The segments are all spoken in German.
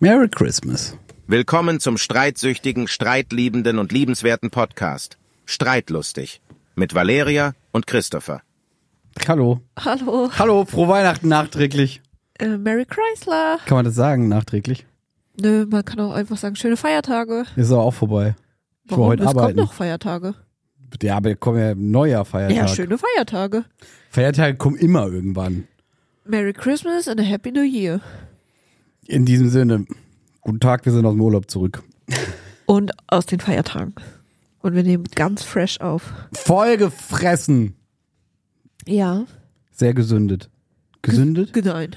Merry Christmas. Willkommen zum streitsüchtigen, streitliebenden und liebenswerten Podcast. Streitlustig. Mit Valeria und Christopher. Hallo. Hallo, Hallo, frohe Weihnachten nachträglich. äh, Mary Chrysler. Kann man das sagen, nachträglich? Nö, man kann auch einfach sagen, schöne Feiertage. Ist aber auch vorbei. Ich war Warum? heute es arbeiten. kommt noch Feiertage. Ja, aber kommen ja im Neujahr Feiertag. Ja, schöne Feiertage. Feiertage kommen immer irgendwann. Merry Christmas and a Happy New Year. In diesem Sinne, guten Tag, wir sind aus dem Urlaub zurück. Und aus den Feiertagen. Und wir nehmen ganz fresh auf. Vollgefressen. Ja. Sehr gesündet. Gesündet? Gedein.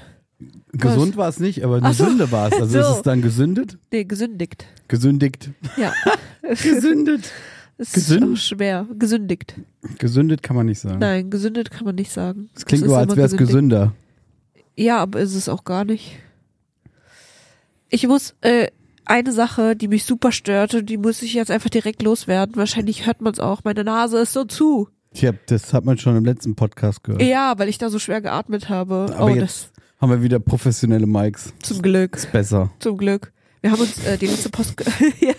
Gesund war es nicht, aber eine Ach so. Sünde war es. Also So. ist es dann gesündet? Nee, gesündigt. Gesündigt. Ja. Gesündet. Es Gesünd- ist auch schwer. Gesündigt. gesündet kann man nicht sagen. Nein, gesündet kann man nicht sagen. Es klingt Es ist nur, als immer wäre es gesündigt. gesünder. Ja, aber ist es auch gar nicht. Ich muss äh, eine Sache, die mich super störte, die muss ich jetzt einfach direkt loswerden. Wahrscheinlich hört man es auch. Meine Nase ist so zu. Tja, das hat man schon im letzten Podcast gehört. Ja, weil ich da so schwer geatmet habe. Aber oh, jetzt haben wir wieder professionelle Mics. das zum Glück, Ist besser. zum Glück. Wir haben uns äh, die letzte Post ja,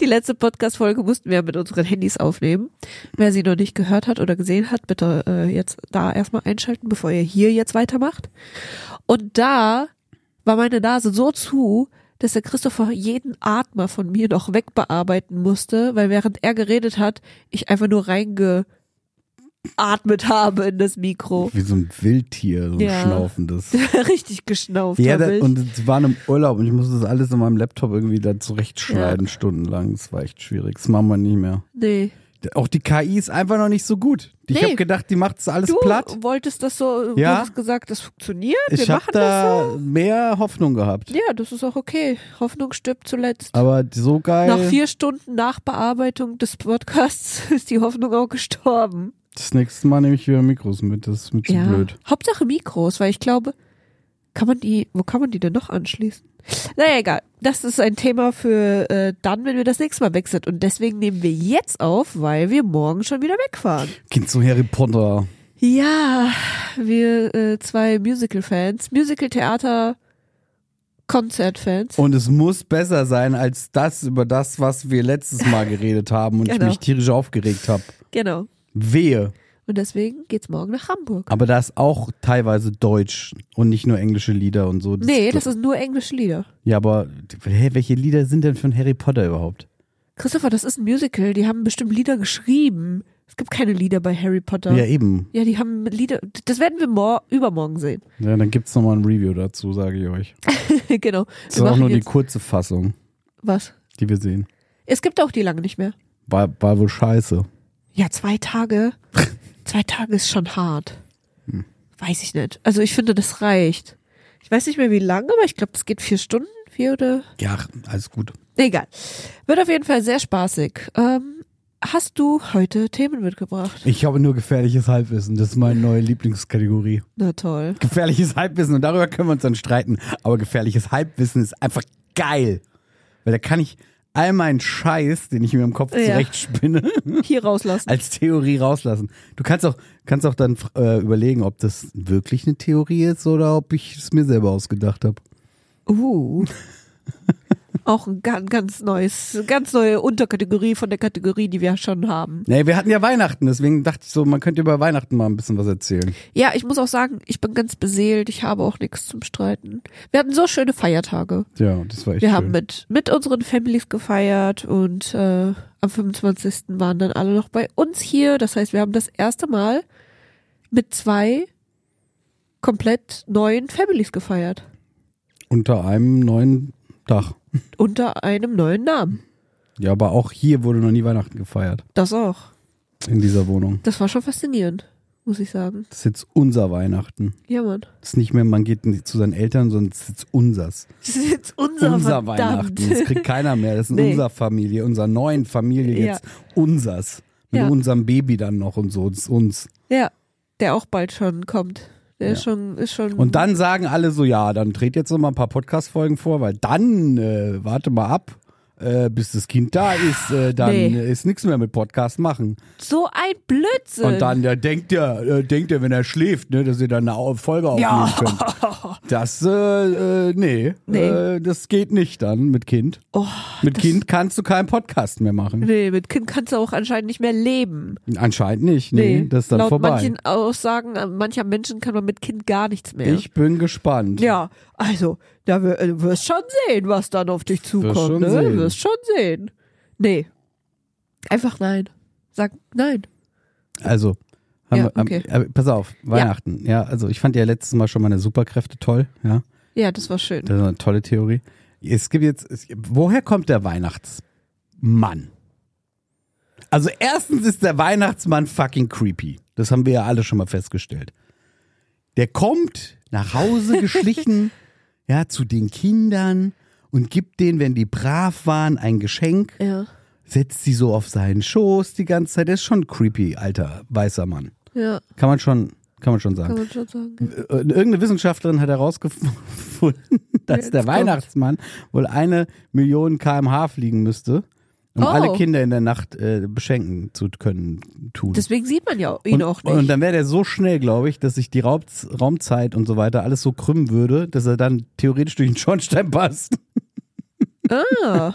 die letzte Podcast Folge mussten wir mit unseren Handys aufnehmen. Wer sie noch nicht gehört hat oder gesehen hat, bitte äh, jetzt da erstmal einschalten, bevor ihr hier jetzt weitermacht. Und da war meine Nase so zu, dass der Christopher jeden Atmer von mir noch wegbearbeiten musste, weil während er geredet hat, ich einfach nur reingeatmet habe in das Mikro. Wie so ein Wildtier, so ein Ja. schnaufendes. Richtig geschnauft. Ja, habe da, ich. und es waren im Urlaub und ich musste das alles in meinem Laptop irgendwie da zurechtschneiden, stundenlang. Das war echt schwierig. Das machen wir nicht mehr. nee. Auch die KI ist einfach noch nicht so gut. Ich Nee. habe gedacht, die macht das alles du platt. wolltest das so, Ja. du hast gesagt, das funktioniert, Ich wir habe machen das da mehr Hoffnung gehabt. so. Ja, das ist auch okay. Hoffnung stirbt zuletzt. Aber so geil. Nach vier Stunden Nachbearbeitung des Podcasts ist die Hoffnung auch gestorben. das nächste Mal nehme ich wieder Mikros mit. Das ist mir zu blöd. Hauptsache Mikros, weil ich glaube, kann man die, wo kann man die denn noch anschließen? Naja, egal. Das ist ein Thema für äh, dann, wenn wir das nächste Mal weg sind. Und deswegen nehmen wir jetzt auf, weil wir morgen schon wieder wegfahren. Kind zu Harry Potter. Ja, wir äh, zwei Musical-Fans, Musical-Theater, Konzert-Fans. Und es muss besser sein als das über das, was wir letztes Mal geredet haben und ich Genau. mich tierisch aufgeregt habe. Genau. Wehe. Und deswegen geht's morgen nach Hamburg. Aber da ist auch teilweise Deutsch und nicht nur englische Lieder und so. Nee, das ist nur englische Lieder. Ja, aber hä, welche Lieder sind denn von Harry Potter überhaupt? Christopher, das ist ein Musical. Die haben bestimmt Lieder geschrieben. Es gibt keine Lieder bei Harry Potter. Ja, eben. Ja, die haben Lieder. Das werden wir mor übermorgen sehen. Ja, dann gibt's nochmal ein Review dazu, sage ich euch. genau. Das ist auch nur die jetzt kurze Fassung, was. die wir sehen. Es gibt auch die lange nicht mehr. War, war wohl scheiße. Ja, zwei Tage. zwei Tage ist schon hart. Weiß ich nicht. Also ich finde, das reicht. Ich weiß nicht mehr wie lange, aber ich glaube, das geht vier Stunden, vier oder. Ja, alles gut. Egal. Wird auf jeden Fall sehr spaßig. Ähm, hast du heute Themen mitgebracht? Ich habe nur gefährliches Halbwissen. Das ist meine neue Lieblingskategorie. Na toll. gefährliches Halbwissen und darüber können wir uns dann streiten. Aber gefährliches Halbwissen ist einfach geil. Weil da kann ich all meinen Scheiß, den ich mir im Kopf Ja. zurechtspinne, Hier rauslassen. als Theorie rauslassen. Du kannst auch, kannst auch dann äh, überlegen, ob das wirklich eine Theorie ist oder ob ich es mir selber ausgedacht habe. Uh. Auch ein ganz, ganz neues, ganz neue Unterkategorie von der Kategorie, die wir schon haben. Nee, wir hatten ja Weihnachten, deswegen dachte ich so, man könnte über Weihnachten mal ein bisschen was erzählen. Ja, ich muss auch sagen, ich bin ganz beseelt. Ich habe auch nichts zum Streiten. Wir hatten so schöne Feiertage. Ja, das war echt Wir schön. haben mit, mit unseren Families gefeiert und äh, am 25. waren dann alle noch bei uns hier. Das heißt, wir haben das erste Mal mit zwei komplett neuen Families gefeiert. Unter einem neuen Dach. Unter einem neuen Namen. Ja, aber auch hier wurde noch nie Weihnachten gefeiert. Das auch. In dieser Wohnung. Das war schon faszinierend, muss ich sagen. Das ist jetzt unser Weihnachten. Ja, Mann. Das ist nicht mehr, man geht nicht zu seinen Eltern, sondern es ist jetzt unsers. Das ist jetzt unser, unser verdammt. Weihnachten. Das kriegt keiner mehr. Das ist Nee. unser Familie, unserer neuen Familie Ja. jetzt. Unsers. Mit Ja. unserem Baby dann noch und so. Das ist uns. Ja, der auch bald schon kommt. Der Ja. ist schon, ist schon. Und dann sagen alle so: Ja, dann dreht jetzt noch mal ein paar Podcast-Folgen vor, weil dann, äh, warte mal ab. äh, bis das Kind da ist, äh, dann Nee. ist nichts mehr mit Podcast machen. So ein Blödsinn. Und dann der denkt er, äh, denkt er, wenn er schläft, ne, dass ihr dann eine Au- Folge aufnehmen Ja. könnt. Das, äh, äh, nee, Nee. Äh, das geht nicht dann mit Kind. oh, mit das- Kind kannst du keinen Podcast mehr machen. Nee, mit Kind kannst du auch anscheinend nicht mehr leben. Anscheinend nicht, nee, das ist dann Laut vorbei. manchen Aussagen äh, mancher Menschen kann man mit Kind gar nichts mehr. Ich bin gespannt. ja, also, da wir, äh, wirst schon sehen, was dann auf dich zukommt. schon ne? sehen. wirst schon sehen. Nee. Einfach nein. Sag nein. Also, haben Ja, wir, haben- okay. äh, pass auf, Weihnachten. Ja. also ich fand ja letztes Mal schon meine Superkräfte toll. Ja, Ja, das war schön. das ist eine tolle Theorie. Es gibt jetzt, es, woher kommt der Weihnachtsmann? Also erstens ist der Weihnachtsmann fucking creepy. Das haben wir ja alle schon mal festgestellt. Der kommt nach Hause geschlichen, ja, zu den Kindern und gibt denen, wenn die brav waren, ein Geschenk Ja. setzt sie so auf seinen Schoß die ganze Zeit. Der ist schon creepy, alter weißer Mann. Ja, Kann man schon, kann man schon kann sagen. man schon sagen. Äh, Irgendeine Wissenschaftlerin hat herausgefunden, dass Jetzt der kommt's. Weihnachtsmann wohl eine Million kmh fliegen müsste, um Oh. alle Kinder in der Nacht äh, beschenken zu können, tun. Deswegen sieht man ja ihn und, auch nicht. und dann wäre der so schnell, glaube ich, dass sich die Raub Raumzeit und so weiter alles so krümmen würde, dass er dann theoretisch durch den Schornstein passt. Ah.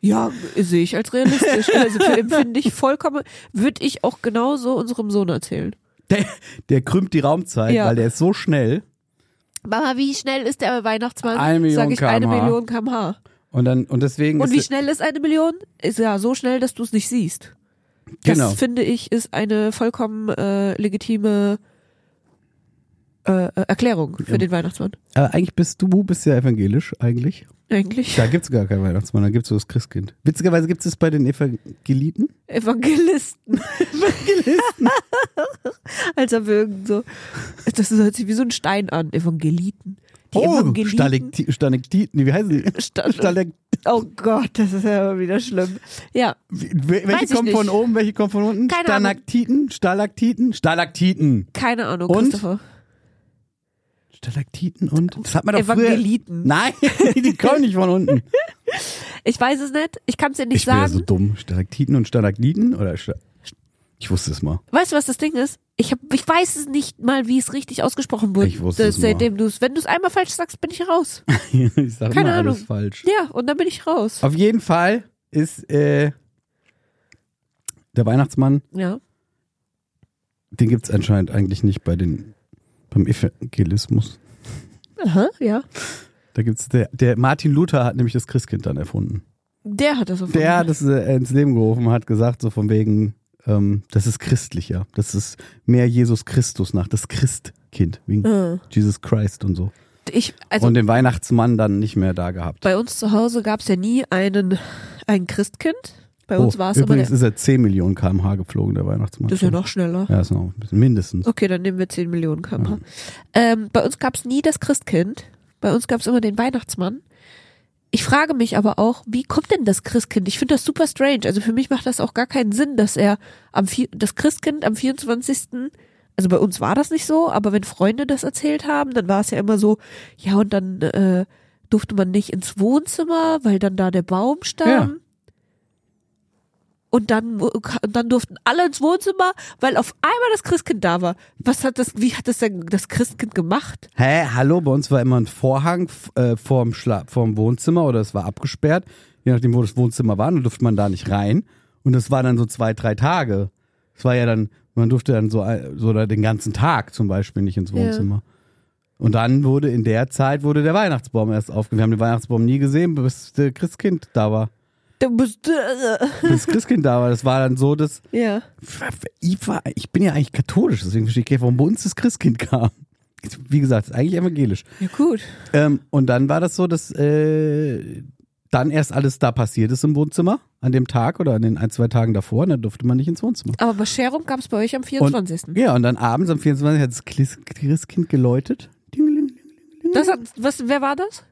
Ja, sehe ich als realistisch. Also für- empfinde ich vollkommen, würde ich auch genauso unserem Sohn erzählen. Der, der krümmt die Raumzeit, Ja. weil der ist so schnell. Mama, wie schnell ist der Weihnachtsmann? Eine Million Sag ich eine kmh. Million kmh. Und dann, und deswegen Und ist wie schnell ist eine Million? Ist ja so schnell, dass du es nicht siehst. Das Genau. finde ich ist eine vollkommen äh, legitime äh, äh, Erklärung für den Weihnachtsmann. Äh, eigentlich bist du, bist ja evangelisch eigentlich. Eigentlich. Da gibt's gar keinen Weihnachtsmann, da gibt's nur das Christkind. Witzigerweise gibt's es bei den Evangeliten. Evangelisten. Evangelisten. Als erwürgen so. Das hört sich wie so ein Stein an. Evangeliten. Die Oh, Evangeliten. Stalekti- Stalektiten, nee, wie heißen die? Stal- Stalek Oh Gott, das ist ja immer wieder schlimm. Ja, Wie- wel- Weiß welche ich kommen von nicht. oben, welche kommen von unten? Keine Ahnung. Stalaktiten, Stalaktiten, Stalaktiten. keine Ahnung, Und? Christopher. Stalaktiten und? Das hat man doch früher. Evangeliten. Nein, die kommen nicht von unten. Ich weiß es nicht. Ich kann es dir nicht Ich bin ja sagen. so dumm. Stalaktiten und Stalagniten oder Sta Ich wusste es mal. weißt du, was das Ding ist? Ich, hab, ich weiß es nicht mal, wie es richtig ausgesprochen wurde. Ich wusste es mal. seitdem du es, wenn du es einmal falsch sagst, bin ich raus. ich sag Keine immer Ahnung. alles falsch. ja, und dann bin ich raus. Auf jeden Fall ist äh, der Weihnachtsmann Ja. Den gibt's anscheinend eigentlich nicht bei den beim Evangelismus. Aha, ja. Da gibt's der, der Martin Luther hat nämlich das Christkind dann erfunden. Der hat das auf Der hat es äh, ins Leben gerufen, hat gesagt so von wegen, ähm, das ist christlicher, das ist mehr Jesus Christus nach, das Christkind wegen Jesus Christ und so. Äh, Ich, Mhm. also und den Weihnachtsmann dann nicht mehr da gehabt. bei uns zu Hause gab es ja nie einen, ein Christkind. Bei uns war es immer der, Oh, übrigens ist er 10 Millionen kmh geflogen, der Weihnachtsmann. das ist ja noch schneller. Ja, Mhm. ist noch ein bisschen, mindestens. Okay, dann nehmen wir 10 Millionen kmh. Ähm, bei uns gab es nie das Christkind. Bei uns gab es immer den Weihnachtsmann. Ich frage mich aber auch, wie kommt denn das Christkind? Ich finde das super strange. Also für mich macht das auch gar keinen Sinn, dass er am vier, das Christkind am 24. Also bei uns war das nicht so, aber wenn Freunde das erzählt haben, dann war es ja immer so, ja und dann äh, durfte man nicht ins Wohnzimmer, weil dann da der Baum stand. Ja. Und dann, mu- ka- und dann durften alle ins Wohnzimmer, weil auf einmal das Christkind da war. Was hat das, wie hat das denn das Christkind gemacht? Hä, hallo, bei uns war immer ein Vorhang f- äh, vorm, Schla vorm Wohnzimmer oder es war abgesperrt. Je nachdem, wo das Wohnzimmer war, dann durfte man da nicht rein. Und das war dann so zwei, drei Tage. Es war ja dann, man durfte dann so, ein- so da den ganzen Tag zum Beispiel nicht ins Ja. Wohnzimmer. Und dann wurde in der Zeit wurde der Weihnachtsbaum erst aufgenommen. Wir haben den Weihnachtsbaum nie gesehen, bis der Christkind da war. Da bist du, äh, Bis das Christkind da war. Das war dann so, dass ja. ich, war, ich bin ja eigentlich katholisch, deswegen verstehe ich gar nicht, warum bei uns das Christkind kam. Wie gesagt, ist eigentlich evangelisch. Ja, gut. Ähm, und dann war das so, dass äh, dann erst alles da passiert ist im Wohnzimmer, an dem Tag oder an den ein, zwei Tagen davor, und dann durfte man nicht ins Wohnzimmer. Aber Bescherung gab es bei euch am Und, 24. ja, und dann abends am 24. hat das Klis- Christkind geläutet. Dingeling. Das hat, was, wer war das?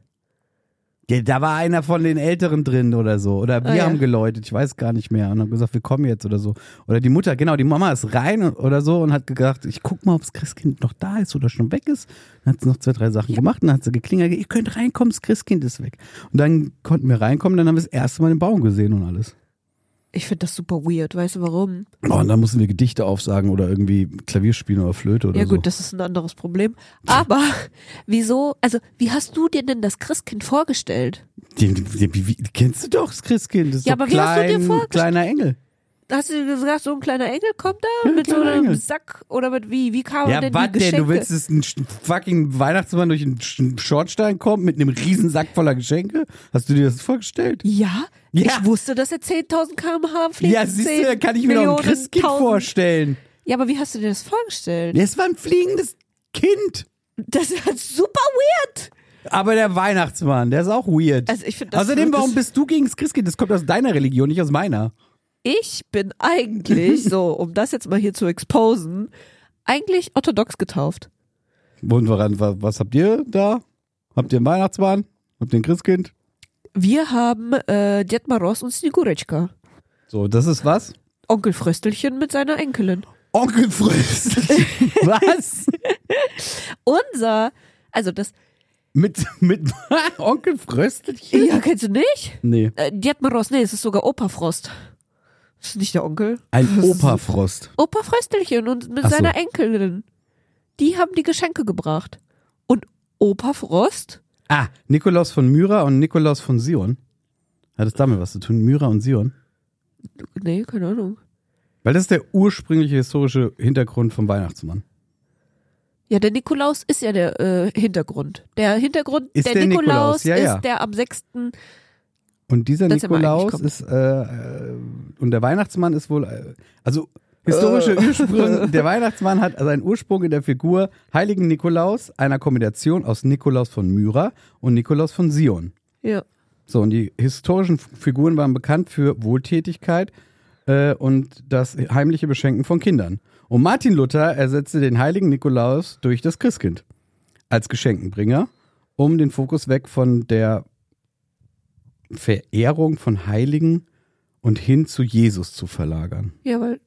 Ja, da war einer von den Älteren drin oder so. Oder wir Ah, ja. haben geläutet, ich weiß gar nicht mehr. Und haben gesagt, wir kommen jetzt oder so. Oder die Mutter, genau, die Mama ist rein und- oder so und hat gedacht, ich guck mal, ob das Christkind noch da ist oder schon weg ist. Dann hat sie noch zwei, drei Sachen gemacht und dann hat sie geklingelt, ihr könnt reinkommen, das Christkind ist weg. Und dann konnten wir reinkommen, dann haben wir das erste Mal den Baum gesehen und alles. Ich finde das super weird. Weißt du warum? Oh, und dann mussten wir Gedichte aufsagen oder irgendwie Klavier spielen oder Flöte oder ja so. gut, das ist ein anderes Problem. Aber wieso, also wie hast du dir denn das Christkind vorgestellt? Die, die, die, die, die kennst du doch, das Christkind. Das ist Ja, doch aber wie hast du dir klein, vorgestellt? kleiner Engel. Hast du dir gesagt, so ein kleiner Engel kommt da Ja, ein mit so kleiner einem Engel. Sack oder mit wie? Wie kam Ja, denn was die Geschenke? denn? Du willst, dass ein Sch- fucking Weihnachtsmann durch einen Sch- Schornstein kommt mit einem riesen Sack voller Geschenke? Hast du dir das vorgestellt? ja, Ja. ich wusste, dass er 10.000 km/h fliegt. Ja, siehst du, 10 da kann ich mir doch Millionen, ein Christkind 1000. vorstellen. Ja, aber wie hast du dir das vorgestellt? Es war ein fliegendes Kind. Das ist halt super weird. Aber der Weihnachtsmann, der ist auch weird. Also ich find das- Außerdem, warum das- bist du gegen das Christkind? Das kommt aus deiner Religion, nicht aus meiner. Ich bin eigentlich, so, um das jetzt mal hier zu exposen, eigentlich orthodox getauft. Und woran, wa- was habt ihr da? Habt ihr einen Weihnachtsmann? Habt ihr ein Christkind? Wir haben äh, Dед Moroz und Snigurechka. So, das ist was? Onkel Fröstelchen mit seiner Enkelin. Onkel Fröst. was? Unser, also das, Mit, mit Onkel Fröstelchen? ja, kennst du nicht? Nee. Äh, Ded Moroz, nee, es ist sogar Opa Frost. Ist nicht der Onkel. Ein Das ist- Opa-Frost. Opa Fröstelchen und mit Ach so. seiner Enkelin. Die haben die Geschenke gebracht. Und Opa Frost? Ah, Nikolaus von Myra und Nikolaus von Sion. Hat es damit was zu tun? Myra und Sion? Nee, keine Ahnung. Weil das ist der ursprüngliche historische Hintergrund vom Weihnachtsmann. Ja, der Nikolaus ist ja der äh, Hintergrund. Der Hintergrund, Ist der Nikolaus, ja, ist ja. der am 6. Und dieser Dass er mal Nikolaus eigentlich ist, äh, äh, und der Weihnachtsmann ist wohl, äh, also historische Ursprung, der Weihnachtsmann hat seinen Ursprung in der Figur Heiligen Nikolaus, einer Kombination aus Nikolaus von Myra und Nikolaus von Sion. Ja. So, und die historischen F- Figuren waren bekannt für Wohltätigkeit äh, und das heimliche Beschenken von Kindern. Und Martin Luther ersetzte den heiligen Nikolaus durch das Christkind als Geschenkenbringer, um den Fokus weg von der Verehrung von Heiligen und hin zu Jesus zu verlagern. Ja, weil.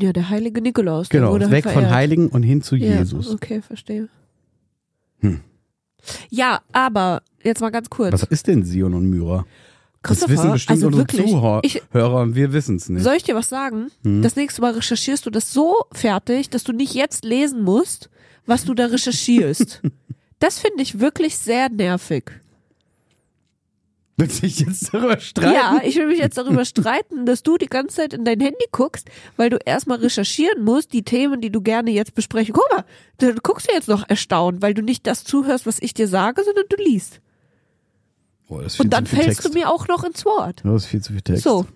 Ja, der heilige Nikolaus. der Genau, wurde halt weg verehrt. von Heiligen und hin zu ja, Jesus. Okay, verstehe. Hm. Ja, aber jetzt mal ganz kurz. Was ist denn Sion und Myra? Das Christopher, wissen bestimmt also unsere wirklich, Zuhörer Hm? ich, Hörer und wir wissen es nicht. soll ich dir was sagen? Das nächste Mal recherchierst du das so fertig, dass du nicht jetzt lesen musst, was du da recherchierst. das finde ich wirklich sehr nervig. Willst du dich jetzt darüber streiten? Ja, ich will mich jetzt darüber streiten, dass du die ganze Zeit in dein Handy guckst, weil du erstmal recherchieren musst, die Themen, die du gerne jetzt besprechen. Guck mal, du guckst ja jetzt noch erstaunt, weil du nicht das zuhörst, was ich dir sage, sondern du liest. Boah, das ist viel Und dann zu viel fällst Text. du mir auch noch ins Wort. Das ist viel zu viel Text. So,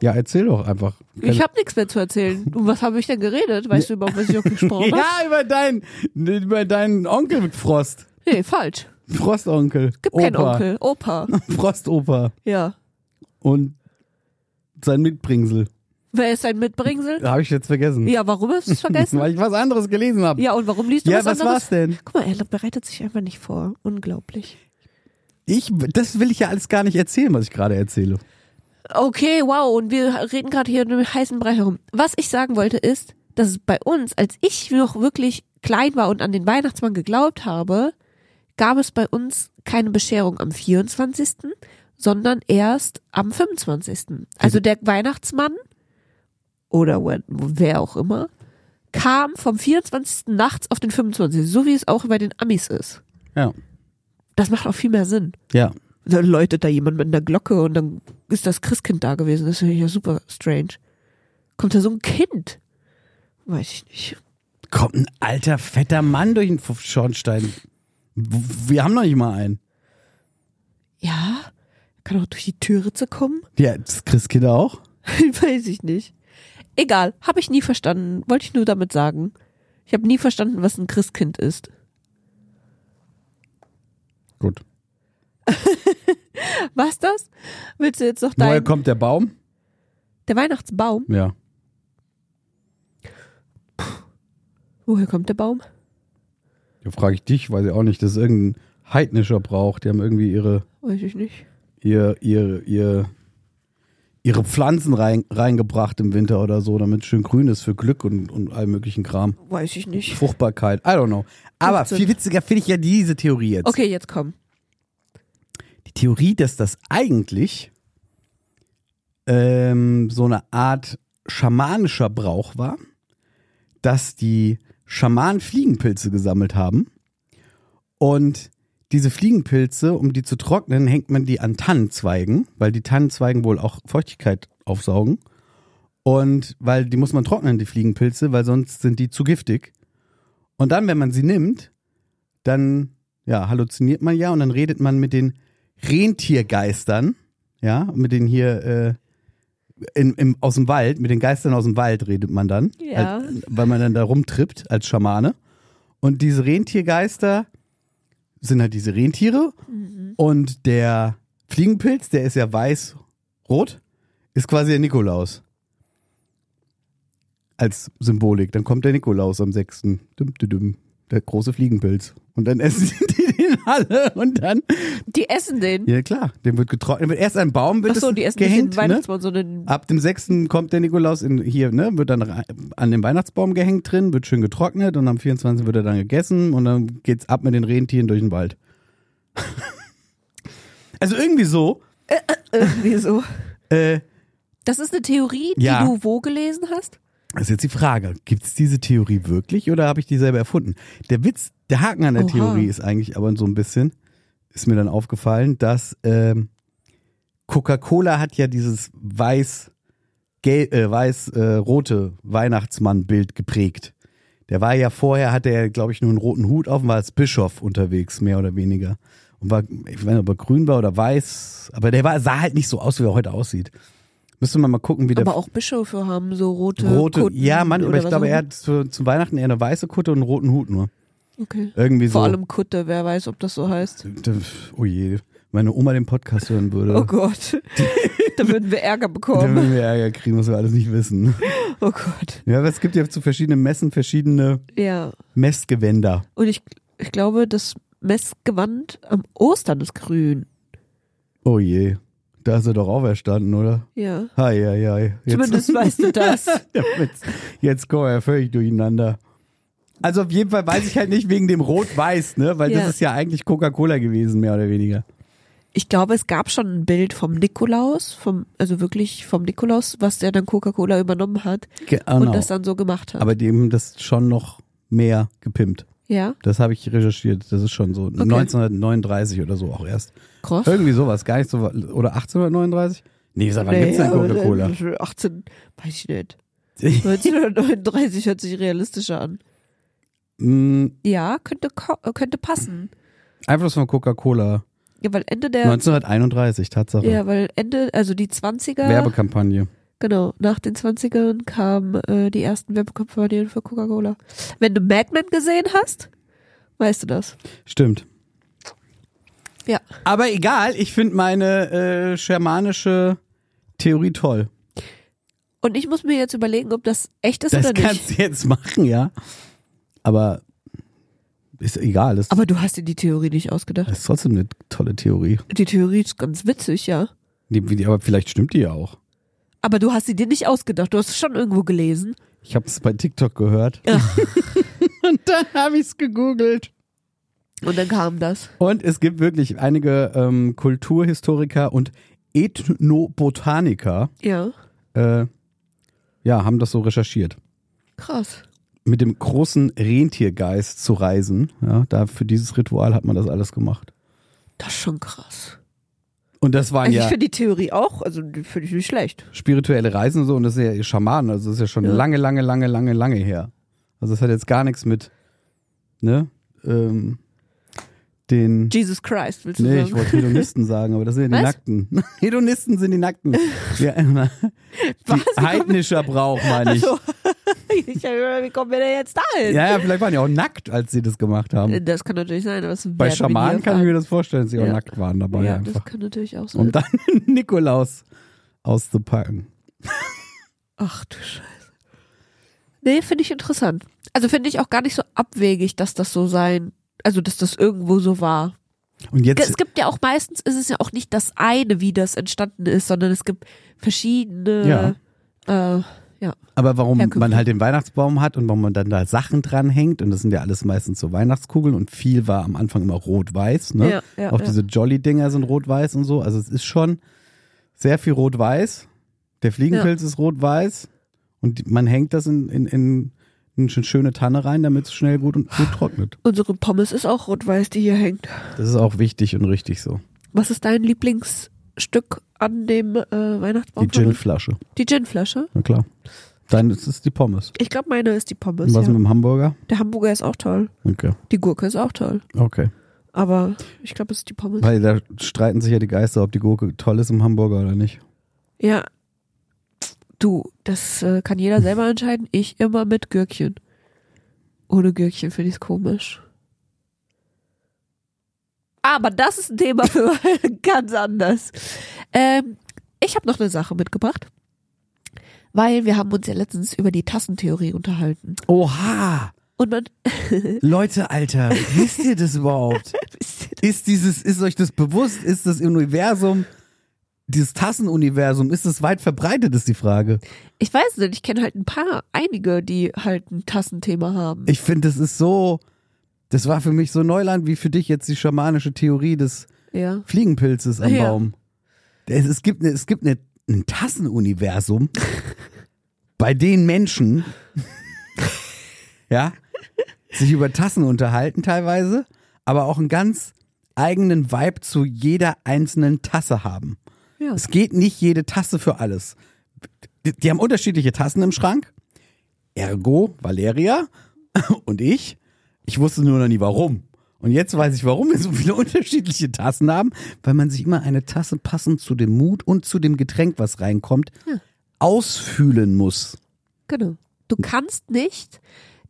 Ja, erzähl doch einfach. ich habe nichts mehr zu erzählen. Und was habe ich denn geredet? Weißt du überhaupt, was ich auch gesprochen habe? ja, über deinen, über deinen Onkel mit Frost. Nee, falsch. Frostonkel. Gibt Opa. keinen Onkel. Opa. Frostopa. Ja. Und sein Mitbringsel. Wer ist dein Mitbringsel? Habe ich jetzt vergessen. Ja, warum hast du es vergessen? Weil ich was anderes gelesen habe. Ja, und warum liest du Ja, was was anderes? war's denn? Guck mal, er bereitet sich einfach nicht vor. Unglaublich. Ich, das will ich ja alles gar nicht erzählen, was ich gerade erzähle. Okay, wow, und wir reden gerade hier um den heißen Brei herum. Was ich sagen wollte ist, dass es bei uns, als ich noch wirklich klein war und an den Weihnachtsmann geglaubt habe, gab es bei uns keine Bescherung am 24., sondern erst am 25. Also der Weihnachtsmann oder wer- wer auch immer kam vom 24. nachts auf den 25., so wie es auch bei den Amis ist. Ja. Das macht auch viel mehr Sinn Ja. dann läutet da jemand mit einer Glocke und dann ist das Christkind da gewesen. Das finde ich ja super strange. Kommt da so ein Kind? Weiß ich nicht. Kommt ein alter, fetter Mann durch den F- Schornstein. W- Wir haben noch nicht mal einen. Ja, kann auch durch die Türritze kommen. Ja, das Christkind auch? Weiß ich nicht. Egal, habe ich nie verstanden. Wollte ich nur damit sagen. Ich habe nie verstanden, was ein Christkind ist. Gut. Was das? Willst du jetzt noch Woher dein kommt der Baum? der Weihnachtsbaum? Ja. Woher kommt der Baum? Ja, frage ich dich, weiß ich auch nicht. Das ist irgendein heidnischer Brauch. Die haben irgendwie ihre, Weiß ich nicht. ihr, ihr, ihr, ihre Pflanzen rein, reingebracht im Winter oder so, damit es schön grün ist für Glück und, und all möglichen Kram. Weiß ich nicht. Fruchtbarkeit, I don't know. Aber 15. viel witziger finde ich ja diese Theorie jetzt. Okay, jetzt komm. Die Theorie, dass das eigentlich ähm, so eine Art schamanischer Brauch war, dass die Schamanen Fliegenpilze gesammelt haben und diese Fliegenpilze, um die zu trocknen, hängt man die an Tannenzweigen, weil die Tannenzweigen wohl auch Feuchtigkeit aufsaugen. Und weil die muss man trocknen, die Fliegenpilze, weil sonst sind die zu giftig. Und dann, wenn man sie nimmt, dann ja, halluziniert man ja und dann redet man mit den Rentiergeistern, ja, mit den hier äh, in, im, aus dem Wald, mit den Geistern aus dem Wald redet man dann, Ja. als, weil man dann da rumtrippt als Schamane. Und diese Rentiergeister sind halt diese Rentiere und der Fliegenpilz, der ist ja weiß-rot, ist quasi der Nikolaus. Als Symbolik. Dann kommt der Nikolaus am 6. Düm, düm, düm. Der große Fliegenpilz. Und dann essen die den alle und dann. Die essen den. Ja, klar, dem wird getrocknet. Wird erst ein Baum wird Achso, es die essen gehängt, ne? den Weihnachtsmann, so einen. Ab dem 6. kommt der Nikolaus in hier, ne, wird dann rei- an den Weihnachtsbaum gehängt drin, wird schön getrocknet und am 24. wird er dann gegessen und dann geht's ab mit den Rentieren durch den Wald. also irgendwie so, Irgendwie so. äh, Das ist eine Theorie, die Ja. du wo gelesen hast? Das ist jetzt die Frage, gibt es diese Theorie wirklich oder habe ich die selber erfunden? Der Witz, der Haken an der Oha. Theorie ist eigentlich aber so ein bisschen, ist mir dann aufgefallen, dass ähm, Coca-Cola hat ja dieses weiß, gel- äh, weiß äh, rote Weihnachtsmann-Bild geprägt. Der war ja vorher, hatte er, glaube ich, nur einen roten Hut auf und war als Bischof unterwegs, mehr oder weniger. Und war, ich weiß nicht, ob er grün war oder weiß, aber der war, sah halt nicht so aus, wie er heute aussieht. Müsste man mal gucken, wie der Aber auch Bischöfe haben so rote. rote, Kutten ja, Mann, aber oder ich was glaube, auch er immer. hat zu, zu Weihnachten eher eine weiße Kutte und einen roten Hut nur. Okay. Irgendwie so. Vor allem Kutte, wer weiß, ob das so heißt. Oh je, meine Oma den Podcast hören würde. Oh Gott. da würden wir Ärger dann bekommen. würden wir Ärger kriegen, was wir alles nicht wissen. Oh Gott. Ja, aber es gibt ja zu verschiedenen Messen verschiedene Ja. Messgewänder. Und ich, ich glaube, das Messgewand am Ostern ist grün. Oh je, da ist er doch auferstanden, oder? Ja. Hi, hi, hi. Zumindest weißt du das. Ja, jetzt, jetzt kommen wir ja völlig durcheinander. Also auf jeden Fall weiß ich halt nicht wegen dem Rot-Weiß, ne? Weil Ja. das ist ja eigentlich Coca-Cola gewesen, mehr oder weniger. Ich glaube, es gab schon ein Bild vom Nikolaus, vom, also wirklich vom Nikolaus, was der dann Coca-Cola übernommen hat Genau. und das dann so gemacht hat. Aber die haben das schon noch mehr gepimpt. ja, Das habe ich recherchiert. Das ist schon so 1939 oder so auch erst. krass. Irgendwie sowas, gar nicht so. Oder 1839? Nee, sag mal, gibt's denn aber Coca-Cola? dann 18, weiß ich nicht. 1939 hört sich realistischer an. Mm, Ja, könnte, ko- äh, könnte passen. Einfluss von Coca-Cola. Ja, weil Ende der, 1931, Tatsache. ja, weil Ende, also die 20er, Werbekampagne. genau, nach den 20ern kamen äh, die ersten Werbekampagnen für Coca-Cola. Wenn du Mad Men gesehen hast, weißt du das. Stimmt. Ja. Aber egal, ich finde meine äh, schamanische Theorie toll. Und ich muss mir jetzt überlegen, ob das echt ist Das oder nicht. kannst du jetzt machen, ja. Aber ist egal. Das, Aber du hast dir die Theorie nicht ausgedacht. das ist trotzdem eine tolle Theorie. Die Theorie ist ganz witzig, ja. Die, wie- aber vielleicht stimmt die ja auch. Aber du hast sie dir nicht ausgedacht. Du hast es schon irgendwo gelesen. Ich habe es bei TikTok gehört. und dann habe ich es gegoogelt. Und dann kam das. Und es gibt wirklich einige ähm, Kulturhistoriker und Ethnobotaniker, Ja. äh, ja, haben das so recherchiert. Krass. Mit dem großen Rentiergeist zu reisen, ja, da für dieses Ritual hat man das alles gemacht. Das ist schon krass. Und das waren Also ich Ah, ja finde die Theorie auch, also die finde ich nicht schlecht. spirituelle Reisen und so und das ist ja Schamanen, also das ist ja schon Ja. lange, lange, lange, lange, lange her. Also das hat jetzt gar nichts mit, ne, ähm, den... Jesus Christ, willst du Nee, ich sagen? wollte Hedonisten sagen, aber das sind ja die Was? Nackten. Hedonisten sind die Nackten. Ja, immer. Was? Die heidnischer Brauch, meine ich. Also, ich hab immer, wie kommen wir denn jetzt dahin? Ja, ja, vielleicht waren die auch nackt, als sie das gemacht haben. Das kann natürlich sein. Aber das Bei Schamanen kann ich mir das vorstellen, dass sie auch Ja. nackt waren dabei Ja, das einfach. kann natürlich auch sein. Um dann den Nikolaus auszupacken. Ach du Scheiße. Nee, finde ich interessant. Also finde ich auch gar nicht so abwegig, dass das so sein, also dass das irgendwo so war. Und jetzt, Es gibt ja auch meistens, ist es ja auch nicht das eine, wie das entstanden ist, sondern es gibt verschiedene. Ja. Äh, ja. aber warum Herr Küchel. man halt den Weihnachtsbaum hat und warum man dann da Sachen dranhängt und das sind ja alles meistens so Weihnachtskugeln und viel war am Anfang immer rot-weiß, ne? Ja, ja, Auch ja. diese Jolly-Dinger sind rot-weiß und so. Also es ist schon sehr viel rot-weiß. Der Fliegenpilz ist rot-weiß und die- man hängt das in, in, in eine schöne Tanne rein, damit es schnell gut und gut trocknet. Unsere Pommes ist auch rot-weiß, die hier hängt. Das ist auch wichtig und richtig so. Was ist dein Lieblingsstück an dem äh, Weihnachtsbaum? Die Ginflasche, die Ginflasche. na klar. Dann ist es die Pommes. Ich glaube, meine ist die Pommes. Und was Ja. mit dem Hamburger? Der Hamburger ist auch toll. Okay, Die Gurke ist auch toll. okay. Aber ich glaube, es ist die Pommes. Weil da streiten sich ja die Geister, ob die Gurke toll ist im Hamburger oder nicht. Ja. Du, das äh, kann jeder selber entscheiden. Ich immer mit Gürkchen. Ohne Gürkchen finde ich es komisch. Aber das ist ein Thema für ganz anders. Ähm, ich habe noch eine Sache mitgebracht. Weil wir haben uns ja letztens über die Tassentheorie unterhalten. Oha! Und man, Leute, Alter, wisst ihr das überhaupt? Ist dieses, ist euch das bewusst? Ist das Universum, dieses Tassenuniversum, ist es weit verbreitet, ist die Frage. ich weiß nicht, ich kenne halt ein paar, einige, die halt ein Tassenthema haben. Ich finde, das ist so, das war für mich so Neuland wie für dich jetzt die schamanische Theorie des ja. Fliegenpilzes am Ja. Baum. Es, es gibt, ne, es gibt ne, ein Tassenuniversum, bei den Menschen ja, sich über Tassen unterhalten teilweise, aber auch einen ganz eigenen Vibe zu jeder einzelnen Tasse haben. ja. Es geht nicht jede Tasse für alles. Die, die haben unterschiedliche Tassen im Schrank. Ergo, Valeria und ich. Ich wusste nur noch nie warum. Und jetzt weiß ich, warum wir so viele unterschiedliche Tassen haben, weil man sich immer eine Tasse passend zu dem Mut und zu dem Getränk, was reinkommt, Ja. ausfühlen muss. Genau. Du kannst nicht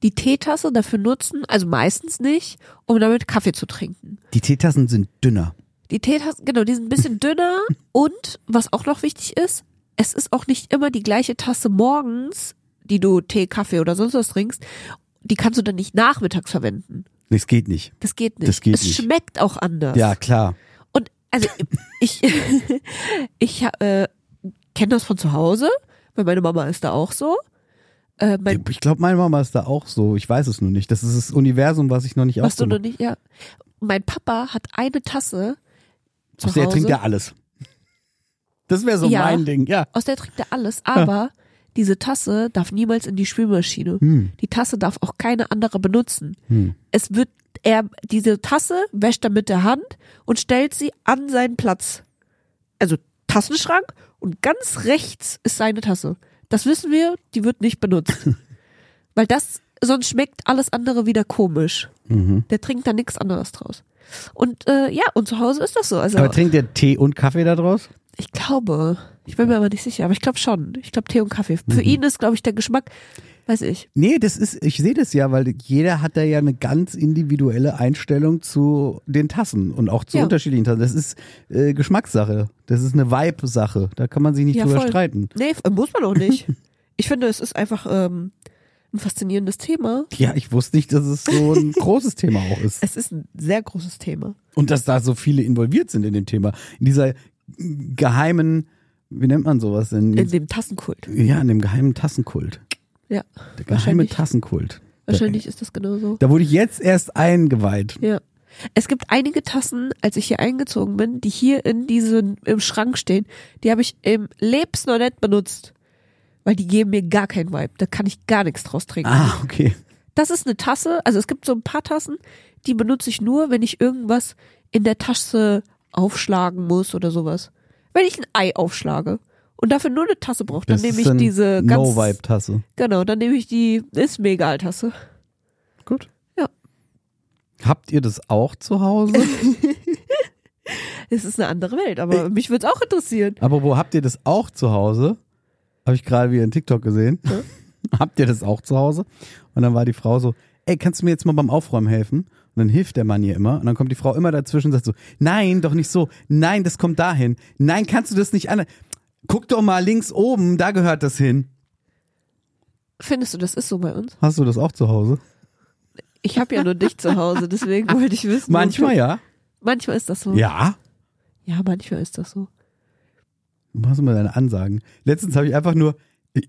die Teetasse dafür nutzen, also meistens nicht, um damit Kaffee zu trinken. Die Teetassen sind dünner. Die Teetassen, genau, die sind ein bisschen dünner und was auch noch wichtig ist, es ist auch nicht immer die gleiche Tasse morgens, die du Tee, Kaffee oder sonst was trinkst. Die kannst du dann nicht nachmittags verwenden. Das geht nicht. Das geht nicht. Das geht es nicht. schmeckt auch anders. Ja, klar. Und also ich, ich äh, kenne das von zu Hause, weil meine Mama ist da auch so. Äh, mein Ich glaube, meine Mama ist da auch so. Ich weiß es nur nicht. Das ist das Universum, was ich noch nicht Was du noch aufgemacht nicht, ja. Mein Papa hat eine Tasse zu habe. Der Hause. trinkt ja alles. Das wäre so Ja. mein Ding, ja. aus der trinkt er alles, Ah. aber diese Tasse darf niemals in die Spülmaschine. Hm. Die Tasse darf auch keine andere benutzen. Hm. Es wird, er, diese Tasse wäscht er mit der Hand und stellt sie an seinen Platz. Also Tassenschrank und ganz rechts ist seine Tasse. Das wissen wir, die wird nicht benutzt. Weil das, sonst schmeckt alles andere wieder komisch. Mhm. Der trinkt da nichts anderes draus. Und äh, ja, und zu Hause ist das so. Also Aber trinkt der Tee und Kaffee da draus? ich glaube, ich bin mir aber nicht sicher, aber ich glaube schon. Ich glaube Tee und Kaffee. Für ihn ist, glaube ich, der Geschmack, weiß ich. Nee, das ist, ich sehe das ja, weil jeder hat da ja eine ganz individuelle Einstellung zu den Tassen und auch zu Ja. unterschiedlichen Tassen. Das ist äh, Geschmackssache. Das ist eine Vibe-Sache. Da kann man sich nicht Ja, drüber voll. streiten. Nee, f- muss man auch nicht. Ich finde, es ist einfach ähm, ein faszinierendes Thema. Ja, ich wusste nicht, dass es so ein großes Thema auch ist. Es ist ein sehr großes Thema. Und dass da so viele involviert sind in dem Thema. In dieser geheimen, wie nennt man sowas denn? In dem Tassenkult. ja, in dem geheimen Tassenkult. Mhm. Ja. Der geheime Wahrscheinlich, Tassenkult. wahrscheinlich ist das genauso. Da wurde ich jetzt erst eingeweiht. Ja. Es gibt einige Tassen, als ich hier eingezogen bin, die hier in diesen, im Schrank stehen, die habe ich im Lebens noch nicht benutzt. Weil die geben mir gar keinen Vibe. Da kann ich gar nichts draus trinken. Ah, okay. Das ist eine Tasse. Also es gibt so ein paar Tassen, die benutze ich nur, wenn ich irgendwas in der Tasse aufschlagen muss oder sowas. Wenn ich ein Ei aufschlage und dafür nur eine Tasse brauche, dann Das nehme ist ich eine diese ganz. No-Vibe-Tasse. Genau, dann nehme ich die ist mir egal Tasse. Gut. Ja. Habt ihr das auch zu Hause? Es ist eine andere Welt, aber Äh. mich würde es auch interessieren. Aber wo habt ihr das auch zu Hause? Habe ich gerade wieder in TikTok gesehen. habt ihr das auch zu Hause? Und dann war die Frau so, ey, kannst du mir jetzt mal beim Aufräumen helfen? Und dann hilft der Mann ihr immer. Und dann kommt die Frau immer dazwischen und sagt so, nein, doch nicht so. Nein, das kommt dahin. Nein, kannst du das nicht an. Guck doch mal links oben, da gehört das hin. Findest du, das ist so bei uns? Hast du das auch zu Hause? Ich habe ja nur dich zu Hause, deswegen wollte ich wissen. ob Manchmal du- ja. Manchmal ist das so. Ja. ja manchmal ist das so. Du machst immer deine Ansagen. Letztens habe ich einfach nur, ich,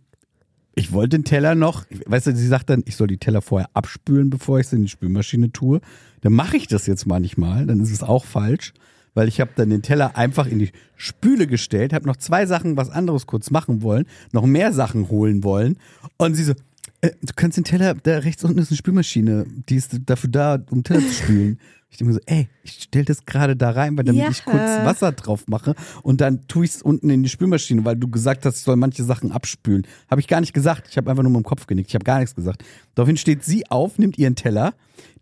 ich wollte den Teller noch, weißt du, sie sagt dann, ich soll die Teller vorher abspülen, bevor ich sie in die Spülmaschine tue. Dann mache ich das jetzt manchmal, dann ist es auch falsch, weil ich habe dann den Teller einfach in die Spüle gestellt, habe noch zwei Sachen, was anderes kurz machen wollen, noch mehr Sachen holen wollen. Und sie so, äh, du kannst den Teller, da rechts unten ist eine Spülmaschine, die ist dafür da, um Teller zu spülen. Ich denke mir so, ey, ich stell das gerade da rein, weil damit Ja. ich kurz Wasser drauf mache und dann tue ich es unten in die Spülmaschine, weil du gesagt hast, ich soll manche Sachen abspülen. Habe ich gar nicht gesagt. Ich habe einfach nur mit dem Kopf genickt. Ich habe gar nichts gesagt. Daraufhin steht sie auf, nimmt ihren Teller,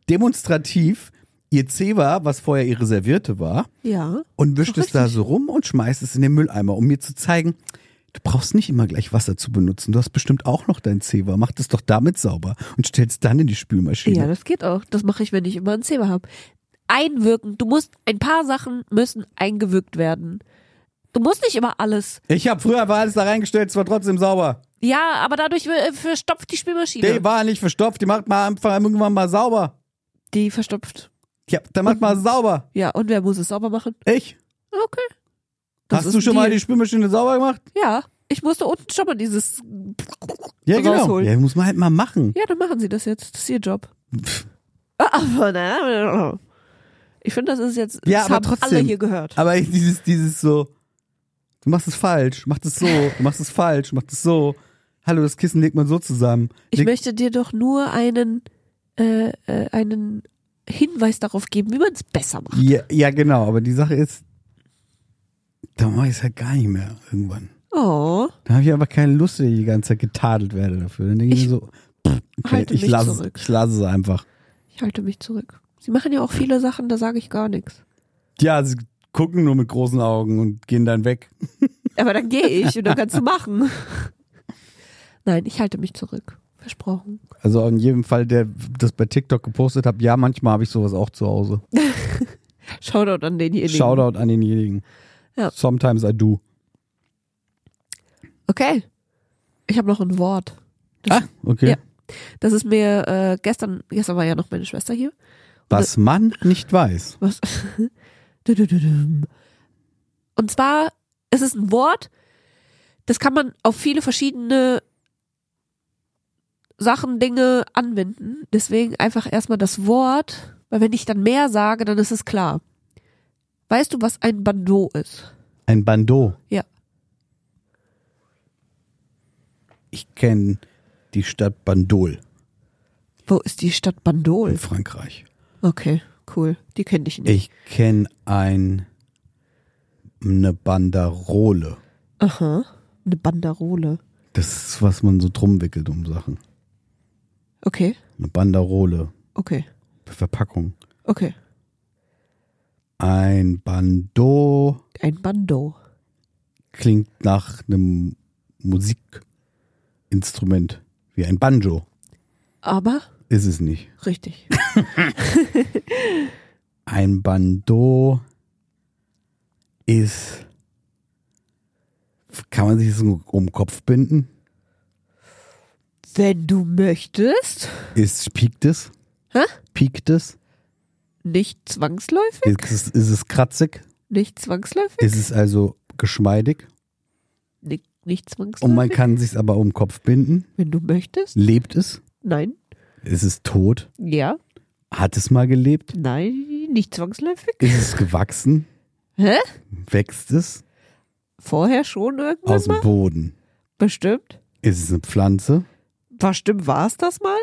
demonstrativ ihr Zewa, was vorher ihre Serviette war, Ja. und wischt Doch es da so rum und schmeißt es in den Mülleimer, um mir zu zeigen, du brauchst nicht immer gleich Wasser zu benutzen. Du hast bestimmt auch noch dein Zewa. Mach das doch damit sauber und stell es dann in die Spülmaschine. Ja, das geht auch. Das mache ich, wenn ich immer einen Zähler habe. Einwirken. Du musst, ein paar Sachen müssen eingewirkt werden. Du musst nicht immer alles. Ich habe früher einfach alles da reingestellt, es war trotzdem sauber. Ja, aber dadurch äh, verstopft die Spülmaschine. Die war nicht verstopft, die macht mal einfach irgendwann mal sauber. die verstopft. Ja, dann macht mal sauber. Ja, und wer muss es sauber machen? Ich. Okay. Das Hast ist du schon ein mal Deal. die Spülmaschine sauber gemacht? Ja, ich musste unten schon mal dieses Ja, genau. rausholen. Ja, muss man halt mal machen. Ja, dann machen sie das jetzt. Das ist ihr Job. Aber na, ich finde, das ist jetzt. Ja, das aber haben trotzdem. alle hier gehört. Aber dieses, dieses so, du machst es falsch, machst es so, du machst es falsch, machst es so. Hallo, das Kissen legt man so zusammen. Ich Leg- möchte dir doch nur einen, äh, äh, einen Hinweis darauf geben, wie man es besser macht. ja, ja, genau, aber die Sache ist, da mache ich es halt gar nicht mehr irgendwann. Oh, Da habe ich einfach keine Lust, dass ich die ganze Zeit getadelt werde dafür. Dann denke ich, Ich mir so, pff, okay, halte ich mich lasse, zurück. ich lasse es einfach. ich halte mich zurück. Sie machen ja auch viele Sachen, da sage ich gar nichts. Ja, sie gucken nur mit großen Augen und gehen dann weg. Aber dann gehe ich und dann kannst du machen. Nein, ich halte mich zurück. Versprochen. Also in jedem Fall, der das bei TikTok gepostet hat, ja, manchmal habe ich sowas auch zu Hause. Shoutout an denjenigen. Shoutout an denjenigen. Ja. Sometimes I do. Okay. Ich habe noch ein Wort. Das, Okay. Ja. das ist mir äh, gestern, gestern war ja noch meine Schwester hier. Was man nicht weiß. Was? Dü-dü-dü-düm. Und zwar ist es ein Wort, das kann man auf viele verschiedene Sachen, Dinge anwenden. Deswegen einfach erstmal das Wort, weil wenn ich dann mehr sage, dann ist es klar. Weißt du, was ein Bandeau ist? Ein Bandeau. Ja. Ich kenne die Stadt Bandol Wo ist die Stadt in Bandol? Frankreich. Okay, cool. Die kenne ich nicht. Ich kenne ein eine Banderole. Aha. Eine Banderole. Das ist, was man so drum wickelt um Sachen. Okay, Eine Banderole. okay, Verpackung. okay. Ein Bandeau Ein Bandeau. klingt nach einem Musikinstrument. Wie ein Banjo. Aber Ist es nicht. richtig. Ein Bandeau ist. Kann man sich das um um den Kopf binden? Wenn du möchtest. Ist, piekt es? Hä? Piekt es? Nicht zwangsläufig? Ist es, ist es kratzig? Nicht zwangsläufig? Ist es also geschmeidig? Nicht, nicht Und man zwangsläufig? kann sich aber um den Kopf binden? Wenn du möchtest? Lebt es? Nein. Ist es tot? Ja. Hat es mal gelebt? Nein. Nicht zwangsläufig? Ist es gewachsen? Hä? Wächst es Vorher schon irgendwann aus mal? dem Boden? Bestimmt. Ist es eine Pflanze? Bestimmt war es das mal?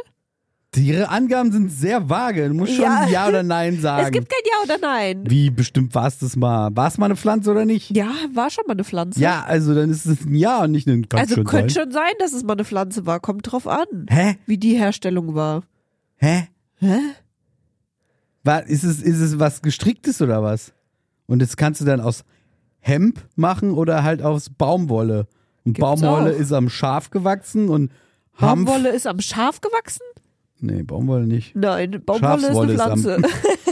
Ihre Angaben sind sehr vage. Du musst schon Ja. ja, oder Nein sagen. Es gibt kein Ja oder Nein. Wie bestimmt war es das mal? War es mal eine Pflanze oder nicht? Ja, war schon mal eine Pflanze. Ja, also dann ist es ein Ja und nicht ein kann also schon könnte sein. schon sein, dass es mal eine Pflanze war. Kommt drauf an, Hä? wie die Herstellung war. Hä? Hä? War, ist, es, ist es was gestricktes oder was? Und das kannst du dann aus Hemp machen oder halt aus Baumwolle. Und Gibt's Baumwolle auch. ist am Schaf gewachsen und Hanf. Baumwolle ist am Schaf gewachsen? Nee, Baumwolle nicht. Nein, Baumwolle ist Schafswolle eine ist am- Pflanze.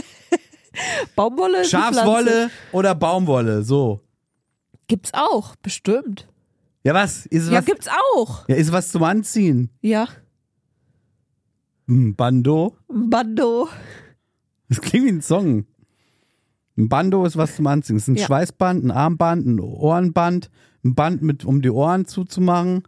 Baumwolle ist eine Pflanze. Schafswolle oder Baumwolle, so. Gibt's auch, bestimmt. Ja, was? Ist Also Ja, was? gibt's auch. Ja, ist was zum Anziehen? Ja. Hm, Bando? Bando. Das klingt wie ein Song. Ein Bando ist was zum Anziehen. Es ist ein Ja. Schweißband, ein Armband, ein Ohrenband, ein Band, mit, um die Ohren zuzumachen.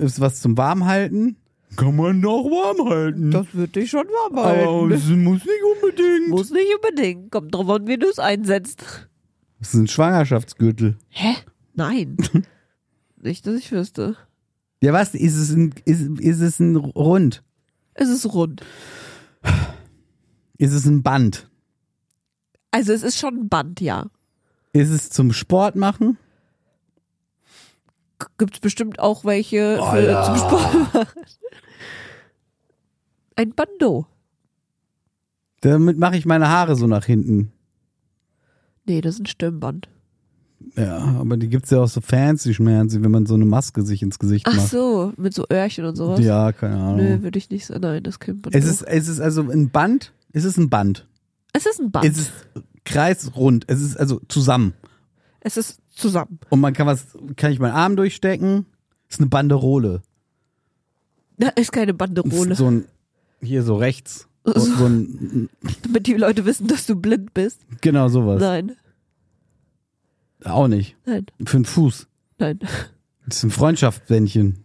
Ist was zum Warmhalten. Kann man noch warm halten. Das wird dich schon warm Aber halten. es muss nicht unbedingt. Oh, Muss nicht unbedingt. Kommt drauf an, wie du es einsetzt. Das ist ein Schwangerschaftsgürtel. Hä? Nein. nicht, dass ich wüsste. Ja, was? Ist es ein, ist, ist es ein Rund? Es ist rund. Ist es ein Band? Also es ist schon ein Band, ja. Ist es zum Sport machen? G- Gibt's bestimmt auch welche für, Alter. zum Sport machen. Ein Bando. Damit mache ich meine Haare so nach hinten. Nee, das ist ein Stirnband. Ja, aber die gibt's ja auch so fancy schmancy, wenn man so eine Maske sich ins Gesicht Ach macht. so, mit so Öhrchen und sowas. Ja, keine Ahnung. Nö, würde ich nicht sagen. Nein, das Kind. Es ist, es ist also ein Band. Es ist ein Band. es ist ein Band. Es ist kreisrund. Es ist also zusammen. es ist zusammen. Und man kann was, kann ich meinen Arm durchstecken? Ist eine Banderole. Da ist keine Banderole, So ein, hier so rechts. So, so ein, damit die Leute wissen, dass du blind bist. genau sowas. Nein, Auch nicht. nein, Für einen Fuß. nein. Das ist ein Freundschaftsbändchen.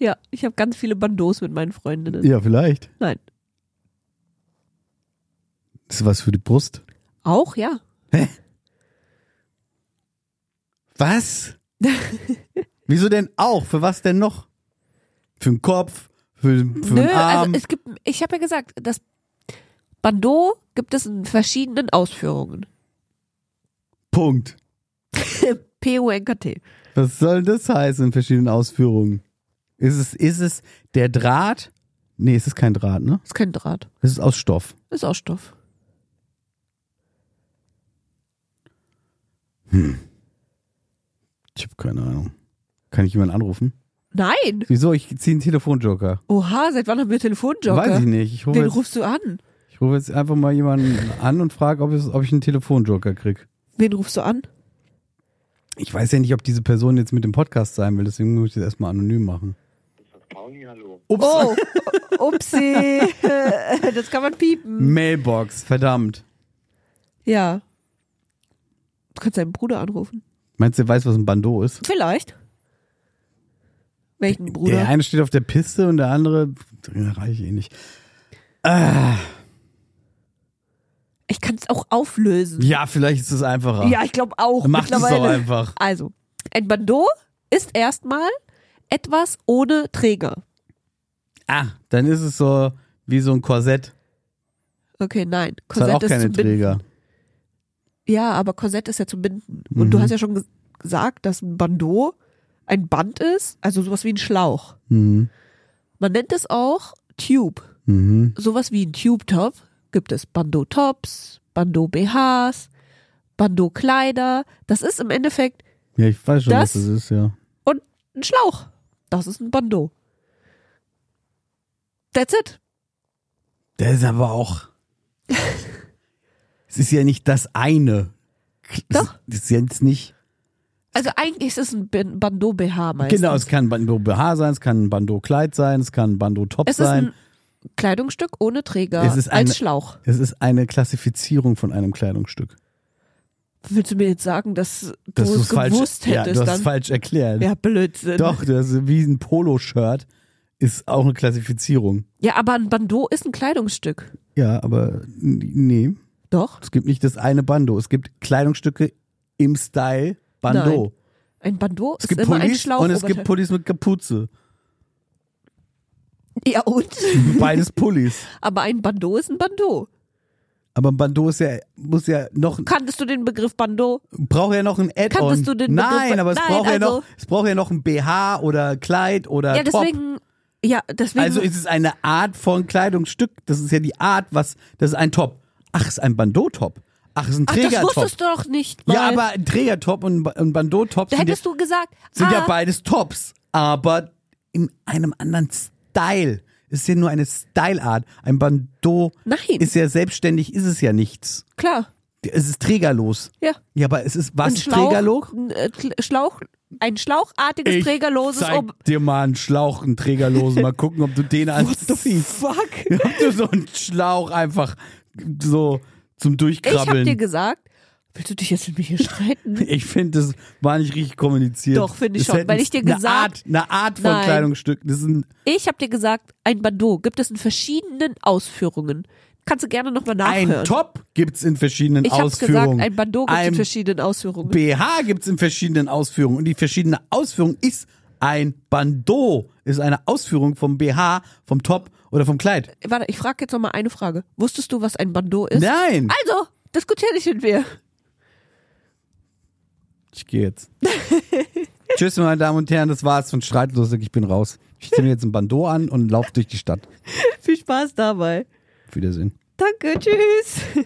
Ja, ich habe ganz viele Bandos mit meinen Freundinnen. Ja, vielleicht. Nein. Das ist was für die Brust. Auch, ja. Was? Wieso denn auch? Für was denn noch? Für den Kopf? Für, für Nö, den Arm? also es gibt, ich habe ja gesagt, das Bandeau gibt es in verschiedenen Ausführungen. Punkt. P-U-N-K-T. Was soll das heißen in verschiedenen Ausführungen? Ist es, ist es der Draht? Nee, es ist kein Draht, ne? Ist kein Draht. Es ist aus Stoff. Ist auch Stoff. Ich habe keine Ahnung. Kann ich jemanden anrufen? Nein! Wieso? Ich ziehe einen Telefonjoker. Oha, seit wann haben wir Telefonjoker? Weiß ich nicht. Ich rufe Wen jetzt, rufst du an? ich rufe jetzt einfach mal jemanden an und frage, ob, es- ob ich einen Telefonjoker krieg. Wen rufst du an? Ich weiß ja nicht, ob diese Person jetzt mit dem Podcast sein will, deswegen muss ich das erstmal anonym machen. Pauli, hallo. Ups. Oh, upsi. Das kann man piepen. Mailbox, verdammt. Ja. Du kannst deinen Bruder anrufen. Meinst du, der weiß, was ein Bandeau ist? Vielleicht. Welchen Der Bruder? eine steht auf der Piste und der andere den erreiche ich eh nicht. Ich kann es auch auflösen. Ja, vielleicht ist es einfacher. Ja, ich glaube auch. Dann macht es doch mittlerweile. einfach. Also, ein Bandeau ist erstmal etwas ohne Träger. Ah, dann ist es so wie so ein Korsett. Okay, nein. Es hat auch ist keine zum Binden. Träger. Ja, aber Korsett ist ja zum Binden. Und Mhm. du hast ja schon ge- gesagt, dass ein Bandeau ein Band ist, also sowas wie ein Schlauch. Mhm. Man nennt es auch Tube. Mhm. Sowas wie ein Tube-Top gibt es Bandeau-Tops, Bandeau-BHs, Bandeau-Kleider. Das ist im Endeffekt Ja, ich weiß schon, Das- was das ist, ja. und ein Schlauch. Das ist ein Bandeau. That's it. Der ist aber auch. es ist ja nicht das eine. Doch. Das ist jetzt nicht. Also eigentlich ist es ein Ban- Bandeau-BH meistens. Genau, es kann ein Bandeau BH sein, es kann ein Bandeau Kleid sein, es kann ein Bandeau Top Es ist sein. ein Kleidungsstück ohne Träger Es ist eine- als Schlauch. es ist eine Klassifizierung von einem Kleidungsstück. Willst du mir jetzt sagen, dass du Dass es du's falsch, gewusst ja, hättest du hast es dann? falsch erklärt. ja, also- Blödsinn. Doch, das ist wie ein Poloshirt ist auch eine Klassifizierung. Ja, aber ein Bandeau ist ein Kleidungsstück. Ja, aber n- nee, Doch. es gibt nicht das eine Bando. Es gibt Kleidungsstücke im Style Bando. Nein. Ein Bandeau Es ist gibt immer ein Pullis Schlauch. und es gibt Pullis mit Kapuze. ja, und? Beides Pullis. Aber ein Bandeau ist ein Bandeau. Aber ein Bando ist ja, muss ja noch, Kanntest du den Begriff Bandeau? braucht ja noch ein Add-on. Kanntest du den Nein, Begriff- aber es Nein, braucht ja also- noch, es braucht ja noch ein BH oder Kleid oder Ja, Top. deswegen. Ja, deswegen. Also ist es eine Art von Kleidungsstück. Das ist ja die Art, was. Das ist ein Top. Ach, ist ein Bandeau-Top. Ach, ist ein Ach, das Trägertop. wusstest du doch nicht. Mal. ja, aber ein Trägertop und ein Ba- ein Bandeau-Top Da sind, ja, hättest du gesagt. sind ah, ja beides Tops, aber in einem anderen Style. Es ist ja nur eine Styleart. Ein Bandeau Nein. ist ja selbstständig, ist es ja nichts. klar. Es ist trägerlos. Ja. Ja, aber es ist was Ein ist Schlauch, trägerlos? ein, äh, Kl- Schlauch, ein schlauchartiges trägerloses um. dir mal einen Schlauch, einen trägerlosen. Mal gucken, ob du den anziehst. Fuck. Habt ihr so einen Schlauch einfach so zum Ich hab dir Durchkrabbeln. gesagt, willst du dich jetzt mit mir hier streiten? Ich finde, das war nicht richtig kommuniziert. Doch, finde ich Das schon, hätten- weil ich dir gesagt- Eine Art, eine Art von Nein. Kleidungsstück. Das ist ein, Ich hab dir gesagt, ein Bandeau gibt es in verschiedenen Ausführungen. Kannst du gerne nochmal nachhören. ein Top gibt's in verschiedenen ich hab's Ausführungen. gesagt, ein Bandeau gibt es in Ein verschiedenen Ausführungen. BH gibt's in verschiedenen Ausführungen. Und die verschiedene Ausführung ist ein Bandeau. Ist eine Ausführung vom BH, vom Top oder vom Kleid. Warte, ich frage jetzt nochmal eine Frage. Wusstest du, was ein Bandeau ist? Nein! Also, diskutier nicht mit mir. Ich gehe jetzt. Tschüss, meine Damen und Herren, das war's von Streitlustig. Ich bin raus. Ich ziehe mir jetzt ein Bandeau an und laufe durch die Stadt. Viel Spaß dabei. Auf Wiedersehen. Danke, tschüss.